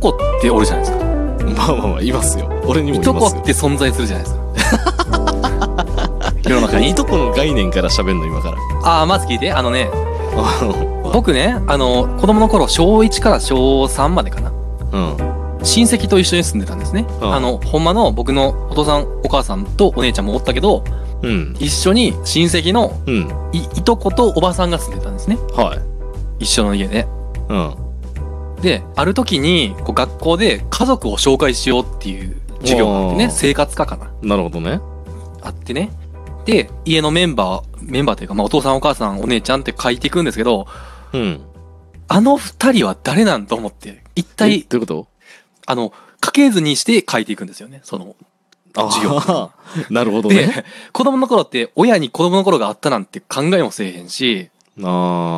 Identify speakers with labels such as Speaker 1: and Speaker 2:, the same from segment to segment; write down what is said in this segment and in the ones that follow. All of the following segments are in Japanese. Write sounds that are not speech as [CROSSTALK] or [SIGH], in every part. Speaker 1: こっておるじゃないですか。
Speaker 2: まあまあまあ、いますよ。俺にも
Speaker 1: い
Speaker 2: い
Speaker 1: と
Speaker 2: ま
Speaker 1: こ
Speaker 2: すよ
Speaker 1: っ。て存在するじゃないですか。
Speaker 2: [LAUGHS]
Speaker 1: 世の中
Speaker 2: い
Speaker 1: に。
Speaker 2: とこの概念から喋んの、今
Speaker 1: [LAUGHS]
Speaker 2: から。
Speaker 1: ああ、まず聞いて。あのね、
Speaker 2: あの
Speaker 1: 僕ね、あの、子供の頃、小1から小3までかな。
Speaker 2: うん。
Speaker 1: 親戚と一緒に住んでたんですね。
Speaker 2: うん
Speaker 1: あの、ほんまの僕のお父さん、お母さんとお姉ちゃんもおったけど、
Speaker 2: うん。
Speaker 1: 一緒に親戚の
Speaker 2: うん。
Speaker 1: いいとことおばさんが住んでたんですね。
Speaker 2: はい。
Speaker 1: 一緒の家で。
Speaker 2: うん。
Speaker 1: で、ある時に、こう学校で家族を紹介しようっていう授業があって
Speaker 2: お
Speaker 1: ね、
Speaker 2: ー
Speaker 1: 生活科かな。
Speaker 2: なるほどね。
Speaker 1: あってね。で、家のメンバー、メンバーというか、まあ、お父さんお母さんお姉ちゃんって書いていくんですけど、
Speaker 2: うん。
Speaker 1: あの二人は誰なんと思って、一
Speaker 2: え
Speaker 1: 体、
Speaker 2: どういうこと
Speaker 1: あの、書けずにして書いていくんですよね、その。授業
Speaker 2: あー [LAUGHS] なるほどね。
Speaker 1: で、 [LAUGHS] 子供の頃って、親に子供の頃があったなんて考えもせえへんし、
Speaker 2: あ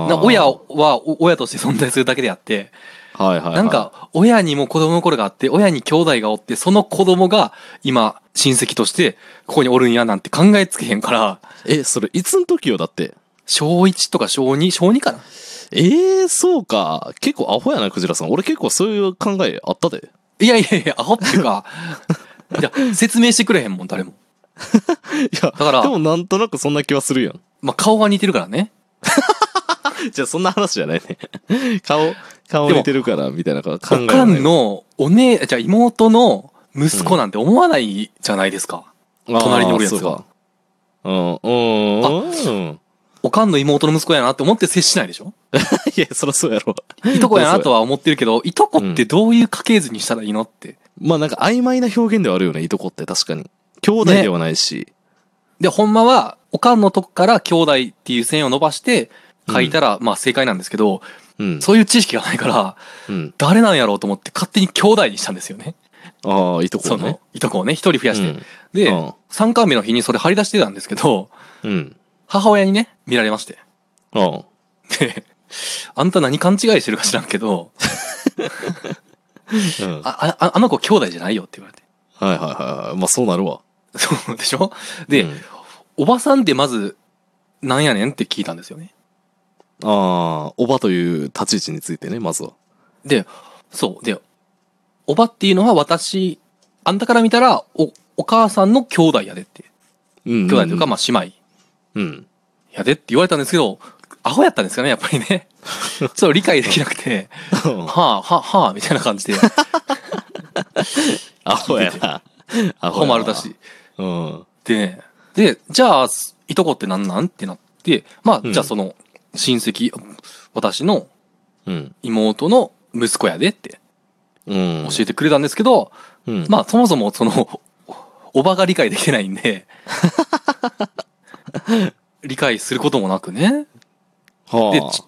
Speaker 1: な
Speaker 2: あ。
Speaker 1: 親
Speaker 2: はい
Speaker 1: はお親として存在するだけであって、
Speaker 2: はいはい。
Speaker 1: なん、か、親にも子供の頃があって、親に兄弟がおって、その子供が今、親戚として、ここにおるんやなんて考えつけへんから、
Speaker 2: え、それ、いつの時よ、だって。
Speaker 1: 小1とか小2、小2かな
Speaker 2: ええー、そうか。結構アホやな、クジラさん。俺結構そういう考えあったで。
Speaker 1: いやいやいや、アホっていう
Speaker 2: [LAUGHS]
Speaker 1: か、いや、説明してくれへんもん、誰も。
Speaker 2: いや、だ
Speaker 1: から
Speaker 2: でもなんとなくそんな気はするやん。
Speaker 1: まあ、顔が似てるからね。
Speaker 2: じゃあそんな話じゃないね。顔、顔似てるから、みたいな考
Speaker 1: お
Speaker 2: え
Speaker 1: か
Speaker 2: はない
Speaker 1: んの、お姉、じゃあ妹の息子なんて思わないじゃないですか。隣におるやつが
Speaker 2: あー。そうかうん。うん。うん。
Speaker 1: おかんの妹の息子やなって思って接 [LAUGHS] しないでしょ
Speaker 2: いや、そらそうやろ。
Speaker 1: いとこやなとは思ってるけど、いとこってどういう家系図にしたらいいのって。
Speaker 2: まあなんか曖昧な表現ではあるよね、いとこって確かに。兄弟ではないし。
Speaker 1: で、ほんまは、おかんのとこから兄弟っていう線を伸ばして書いたら、まあ正解なんですけど、
Speaker 2: うん。
Speaker 1: そういう知識がないから、
Speaker 2: うん。
Speaker 1: 誰なんやろうと思って勝手に兄弟にしたんですよね。
Speaker 2: ああ、いとこ
Speaker 1: そ
Speaker 2: ね
Speaker 1: の。、いとこをね、一人増やして。で、
Speaker 2: うん
Speaker 1: 3回目の日にそれ張り出してたんですけど、
Speaker 2: うん。うん。
Speaker 1: 母親にね、見られまして。
Speaker 2: ああ。
Speaker 1: で、あんた何勘違いしてるか知らんけど、
Speaker 2: うんはい
Speaker 1: あ、あ、あの子兄弟じゃないよって言われて。
Speaker 2: はいはいはい。まあそうなるわ。
Speaker 1: そうでしょで、
Speaker 2: うん
Speaker 1: おばさんってまず、なんやねんって聞いたんですよね。
Speaker 2: ああ、おばという立ち位置についてね、まずは。
Speaker 1: で、そう。で、おばっていうのは私、あんたから見たら、お、お母さんの兄弟やでって。
Speaker 2: うん。
Speaker 1: 兄弟というか、まあ姉妹 [LAUGHS]
Speaker 2: うん。
Speaker 1: やでって言われたんですけど、アホやったんですかね、やっぱり
Speaker 2: [LAUGHS]
Speaker 1: ね。ちょっと理解できなくて、はあ、はあ、はあ、みたいな感じ
Speaker 2: [LAUGHS]
Speaker 1: で、
Speaker 2: アホやな。アホやな
Speaker 1: ホマルだし。。
Speaker 2: うん。
Speaker 1: で、で、じゃあ、いとこってなんなんってなって、まあ、
Speaker 2: うん
Speaker 1: じゃあその、親戚、私の
Speaker 2: うん。
Speaker 1: 妹の息子やでって
Speaker 2: うん。
Speaker 1: 教えてくれたんですけど、
Speaker 2: うん。
Speaker 1: まあ、そもそもその、おおばが理解できてないん
Speaker 2: [LAUGHS]
Speaker 1: で、理解することもなくね。で、
Speaker 2: は
Speaker 1: ち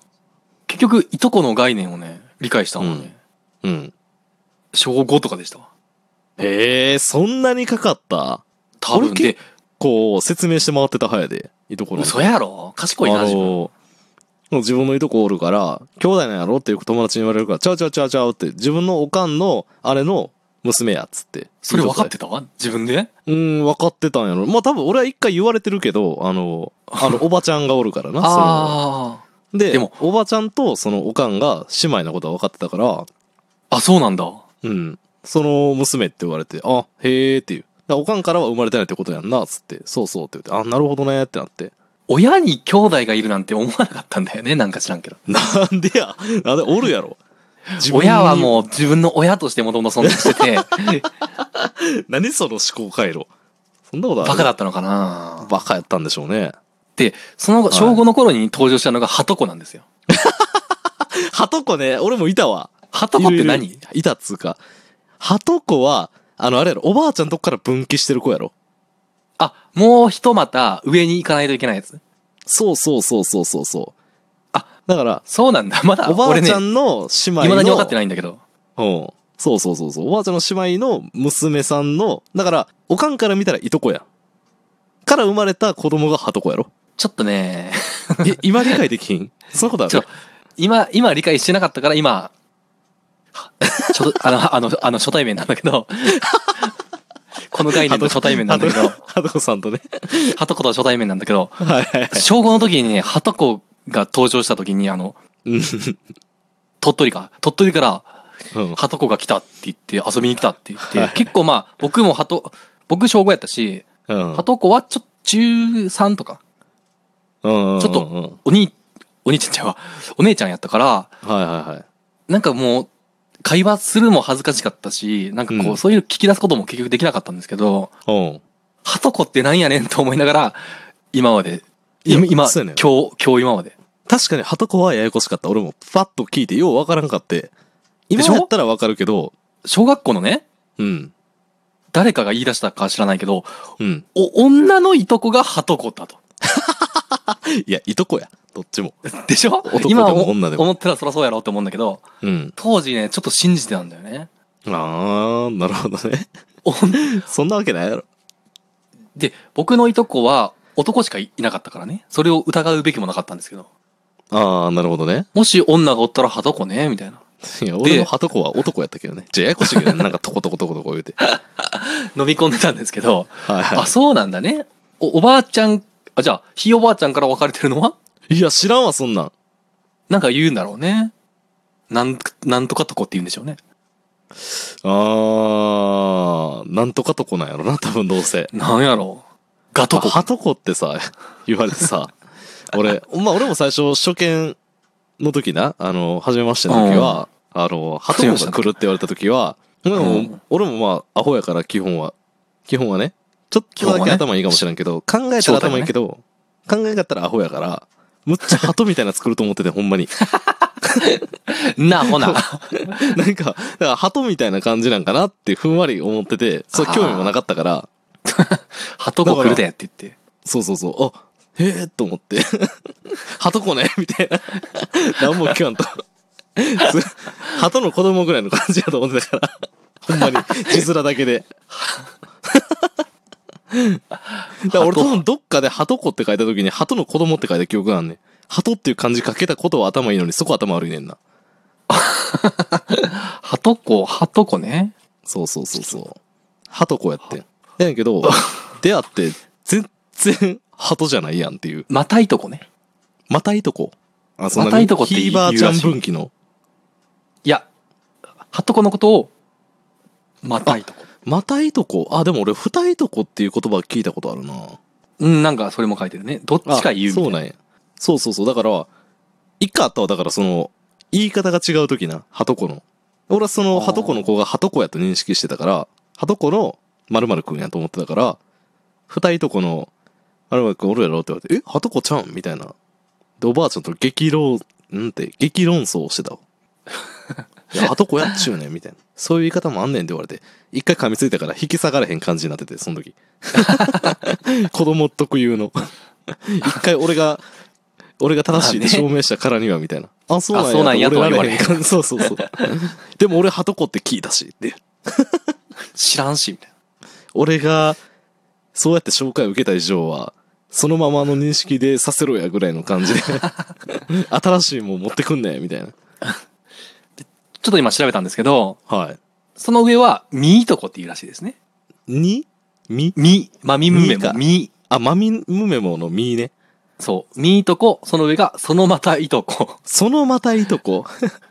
Speaker 1: 結局、いとこの概念をね、理解したのはね、
Speaker 2: うんあ。うん。
Speaker 1: 小5とかでしたわ。
Speaker 2: へえ、そんなにかかった。
Speaker 1: 多分
Speaker 2: 俺結
Speaker 1: で、
Speaker 2: こう、説明して回ってたはやで。いとこの。
Speaker 1: 嘘やろ賢いな、
Speaker 2: あ
Speaker 1: 自分。
Speaker 2: の自分のいとこおるから、兄弟なんやろっていう友達に言われるから、ちゃうちゃうちゃうちゃうって、自分のおかんの、あれの娘やっつって。
Speaker 1: それ分かって
Speaker 2: た
Speaker 1: たわ自分で
Speaker 2: うん、分かってたんやろ。まあ多分俺は一回言われてるけど、あの、あ
Speaker 1: [LAUGHS]
Speaker 2: の、おばちゃんがおるからな、その
Speaker 1: あ
Speaker 2: で、
Speaker 1: でも
Speaker 2: おばちゃんとそのおかんが姉妹のことは分かってたから、
Speaker 1: あ。あ、そうなんだ。
Speaker 2: うん、その娘って言われて、あ、へーっていう。だからおかんからは生まれてないってことやんな、つって、そうそうって言って、あ、なるほどねってなって。
Speaker 1: 親に兄弟がいるなんて思わなかったんだよね、なんか知らんけど。
Speaker 2: なんでや、なんでおるやろ。自分に
Speaker 1: 親はもう自分の親としてもともと存在 [LAUGHS] してて、
Speaker 2: 何その思考回路そんなことある
Speaker 1: バカだったのかな
Speaker 2: バカやったんでしょうね
Speaker 1: で、その後、
Speaker 2: はい
Speaker 1: 小5の頃に登場したのがハトコなんですよ。
Speaker 2: ハトコね俺もいたわ
Speaker 1: ハトコって何
Speaker 2: いるいるいたっつうかハトコはあのあれやろおばあちゃんとこから分岐してる子やろ
Speaker 1: あ、もう一また上に行かないといけないやつ。
Speaker 2: そうそうそうそうそうそうあだから
Speaker 1: そうなんだ。まだ、
Speaker 2: おばあ
Speaker 1: 俺ね
Speaker 2: ち、ゃんの姉妹の
Speaker 1: 未だに分かってないんだけど。
Speaker 2: うんそうそうそうそうおばあちゃんの姉妹の娘さんのだからおかんから見たらいとこやから生まれた子供がハトコやろ
Speaker 1: ちょっとね、
Speaker 2: え今理解できひん [LAUGHS] そんなことあ
Speaker 1: ちょ
Speaker 2: る、
Speaker 1: 今、今理解してなかったから今、 [LAUGHS] ちょっと、あの、あの、あの、初対面なんだけ
Speaker 2: [LAUGHS]
Speaker 1: ど、この概念と初対面なんだけど、
Speaker 2: ハトコさんとね
Speaker 1: ハトコと初対面なんだけど、
Speaker 2: はいはいはい
Speaker 1: [LAUGHS] 小5の時にね、ハトコが登場した時に、あの、
Speaker 2: うん
Speaker 1: 鳥取か、鳥取から、
Speaker 2: うん
Speaker 1: はとこが来たって言って遊びに来たって言って、
Speaker 2: はい
Speaker 1: 結構まあ僕もはと僕小5やったし、
Speaker 2: うん
Speaker 1: はとこはちょっと13とか
Speaker 2: うん
Speaker 1: ちょっ
Speaker 2: うんうん
Speaker 1: とお兄お兄ちゃんちゃうわお姉ちゃんやったから
Speaker 2: はいはいはい
Speaker 1: なんかもう会話するも恥ずかしかったしなんかこう、
Speaker 2: うん
Speaker 1: そういうの聞き出すことも結局できなかったんですけど
Speaker 2: うん
Speaker 1: はとこってなんやねんと思いながら今まで
Speaker 2: いや
Speaker 1: 今今
Speaker 2: そう
Speaker 1: 今
Speaker 2: やねん
Speaker 1: 日今日今まで
Speaker 2: 確かにはとこはややこしかった俺もパッと聞いてようわからんかって今
Speaker 1: でしょ
Speaker 2: やったらわかるけど
Speaker 1: 小学校のね
Speaker 2: うん
Speaker 1: 誰かが言い出したか知らないけど
Speaker 2: うん
Speaker 1: お女のいとこがはとこだと
Speaker 2: いやいとこやどっちも
Speaker 1: でしょ
Speaker 2: 男でも
Speaker 1: 今お
Speaker 2: 女でも
Speaker 1: 思ったらそりゃそうやろうって思うんだけど
Speaker 2: うん
Speaker 1: 当時ねちょっと信じてたんだよね
Speaker 2: ああなるほどね
Speaker 1: お
Speaker 2: そんなわけないやろ
Speaker 1: で僕のいとこは男しかいいなかったからねそれを疑うべきもなかったんですけど
Speaker 2: ああなるほどね
Speaker 1: もし女がおったらはとこねみたいない
Speaker 2: や俺のはとこは男やったけどねじゃあややこしいけどねなんかトコトコトコトコ言うて
Speaker 1: 飲み込んでたんですけど
Speaker 2: はいは
Speaker 1: あそうなんだねおおばあちゃんあじゃあひいおばあちゃんから別れてるのはい
Speaker 2: いや知らんわそんなん
Speaker 1: なんか言うんだろうねなんなんとかとこって言うんでしょうね
Speaker 2: あー、なんとかとこなんやろな、多分どうせ。
Speaker 1: なんやろうガとこ
Speaker 2: はとこってさ、 [LAUGHS] 言われてさ、俺、まあ俺も最初、初見の時な、あの、初めましての時は、あの、はとこが来るって言われた時は、で
Speaker 1: う
Speaker 2: も
Speaker 1: ん
Speaker 2: 俺もまあ、アホやから基本は、基本はね、ちょっとだけ頭いいかもしれんけど、考えたら頭いいけど、考えたらアホやから、むっちゃ鳩みたいなの作ると思ってて、ほん [LAUGHS] まに。 [LAUGHS]
Speaker 1: なほな
Speaker 2: なんか、だから鳩みたいな感じなんかなってふんわり思ってて、そう、興味もなかったから、
Speaker 1: はとこ来るでって言って
Speaker 2: そうそうそう。あ、へえと思って。 [LAUGHS] 鳩子ね [LAUGHS] みたいな。何も聞かんと。 [LAUGHS] す鳩の子供ぐらいの感じやと思ってたから。 [LAUGHS] ほんまに、字面だけで。だから俺多分どっかで鳩子って書いた時に鳩の子供って書いた記憶があんねん。鳩っていう漢字書けたことは頭いいのにそこ頭悪いねんな。
Speaker 1: はとこはとこね
Speaker 2: そうそうそうそう。鳩子やってん。やねんけど、出会って全然鳩じゃないやんっていう。
Speaker 1: またいとこね
Speaker 2: またいとこ。あ、
Speaker 1: またいとこって言う
Speaker 2: ヒーバーちゃん分岐の。
Speaker 1: いや、はとこのことを、またいとこ。
Speaker 2: またいとこ。あ、でも俺、二いとこっていう言葉聞いたことあるな。
Speaker 1: うん、なんかそれも書いてるね。どっ
Speaker 2: あ
Speaker 1: ちか言うみたい
Speaker 2: そう
Speaker 1: な。
Speaker 2: なんや。そうそうそう。だから、一家あったは、だからその、言い方が違う時な。はとこの。俺はその、
Speaker 1: あー
Speaker 2: はとこの子がはとこやと認識してたから、はとこの〇〇くんやと思ってたから、二いとこの〇〇くんおるやろって言われて、え、はとこちゃんみたいな。で、おばあちゃんと激論、んって、激論争をしてたわ。いや、はとこやっちゅうねんみたいな。そういう言い方もあんねんって言われて、一回噛みついたから引き下がれへん感じになってて、その時。 [LAUGHS] 子供特有の。一回俺が、俺が正しいで証明したからにはみたいな。あ、そうなんや。
Speaker 1: あそうなんやとは言われへん
Speaker 2: 俺られへん。そうそうそう。でも俺、はとこって聞いたし、って。
Speaker 1: 知らんし、みたいな。
Speaker 2: 俺が、そうやって紹介を受けた以上は、そのままの認識でさせろやぐらいの感
Speaker 1: [LAUGHS]
Speaker 2: じで、新しいもん持ってくんねみたいな。
Speaker 1: ちょっと今調べたんですけど、
Speaker 2: はい。
Speaker 1: その上は、みいとこっていうらしいですね。
Speaker 2: にみ
Speaker 1: み、まみむめ
Speaker 2: みか
Speaker 1: も、み。
Speaker 2: あ、まみむめものみね。
Speaker 1: そう。みいとこ、その上が、そのまたいとこ。
Speaker 2: そのまたいとこ。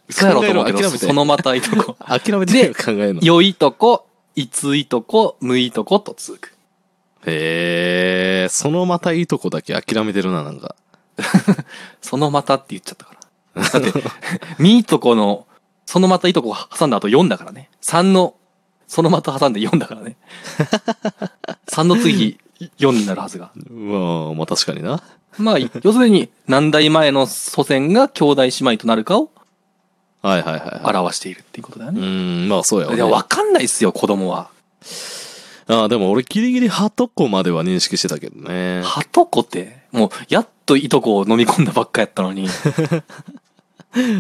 Speaker 1: そうやろうと思うけ
Speaker 2: [LAUGHS] 考え
Speaker 1: ど、
Speaker 2: ろ諦めて。
Speaker 1: そのまたいとこ
Speaker 2: [LAUGHS] 諦めて考えるの。
Speaker 1: よいとこ、いついとこ、むいとこと続く。
Speaker 2: へえ、そのまたいいとこだけ諦めてるな、なんか。
Speaker 1: そのまたって言っちゃったから。だって、 [LAUGHS] みいとこの、そのまたいとこ挟んだ後4だからね。3の、そのまた挟んで4だから [LAUGHS] ね。3の次4になるはずが。
Speaker 2: まあ、まあ確かにな。
Speaker 1: まあ、要するに何代前の祖先が兄弟姉妹となるかを
Speaker 2: はいはいはい、はい。
Speaker 1: 表しているっていうことだよ
Speaker 2: う
Speaker 1: ね。
Speaker 2: ーん、まあそうやわ、
Speaker 1: いや、わかんないっすよ、子供は。
Speaker 2: ああ、でも俺ギリギリハトコまでは認識してたけどね。
Speaker 1: はとこって、もう、やっといとこを飲み込んだばっかやったの [LAUGHS] に、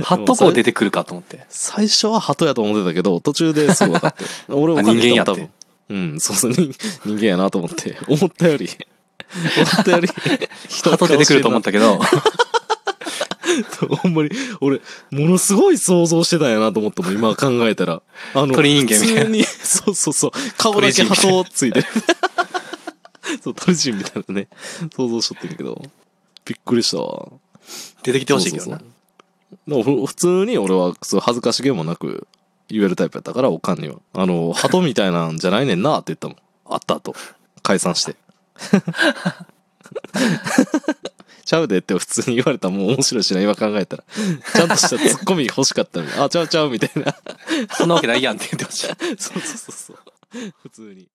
Speaker 1: はとこ出てくるかと思って。
Speaker 2: 最初は鳩やと思ってたけど、途中ですぐ
Speaker 1: [LAUGHS]
Speaker 2: 分かって。俺も
Speaker 1: あ人間やって
Speaker 2: 多分。うん、そうそう、人人間やなと思って。思ったより、思ったよ
Speaker 1: [LAUGHS]
Speaker 2: り、
Speaker 1: はと出てくると思ったけど、
Speaker 2: [LAUGHS] た。ほんまに、俺、ものすごい想像してたんやなと思ったもん、今考えたら。あの、
Speaker 1: 鳥人間みたいな
Speaker 2: 普通に、 [LAUGHS] そうそうそう、顔だけ鳩ついてる。 [LAUGHS] そう、鳥人みたいなね、想像しとってるけど。びっくりしたわ。
Speaker 1: 出てきてほしいけど
Speaker 2: そう
Speaker 1: な
Speaker 2: そう。そうでもふ普通に俺はそう恥ずかしげもなく言えるタイプやったからおかんには「あの鳩みたいなんじゃないねんな」って言ったもん「あった」と解散して「ちゃうで」って普通に言われたらもう面白いしな今考えたらちゃんとしたツッコミ欲しかったのに「あちゃうちゃう」みたいな
Speaker 1: そんなわけないやんって言ってました。
Speaker 2: そうそうそうそう普通に。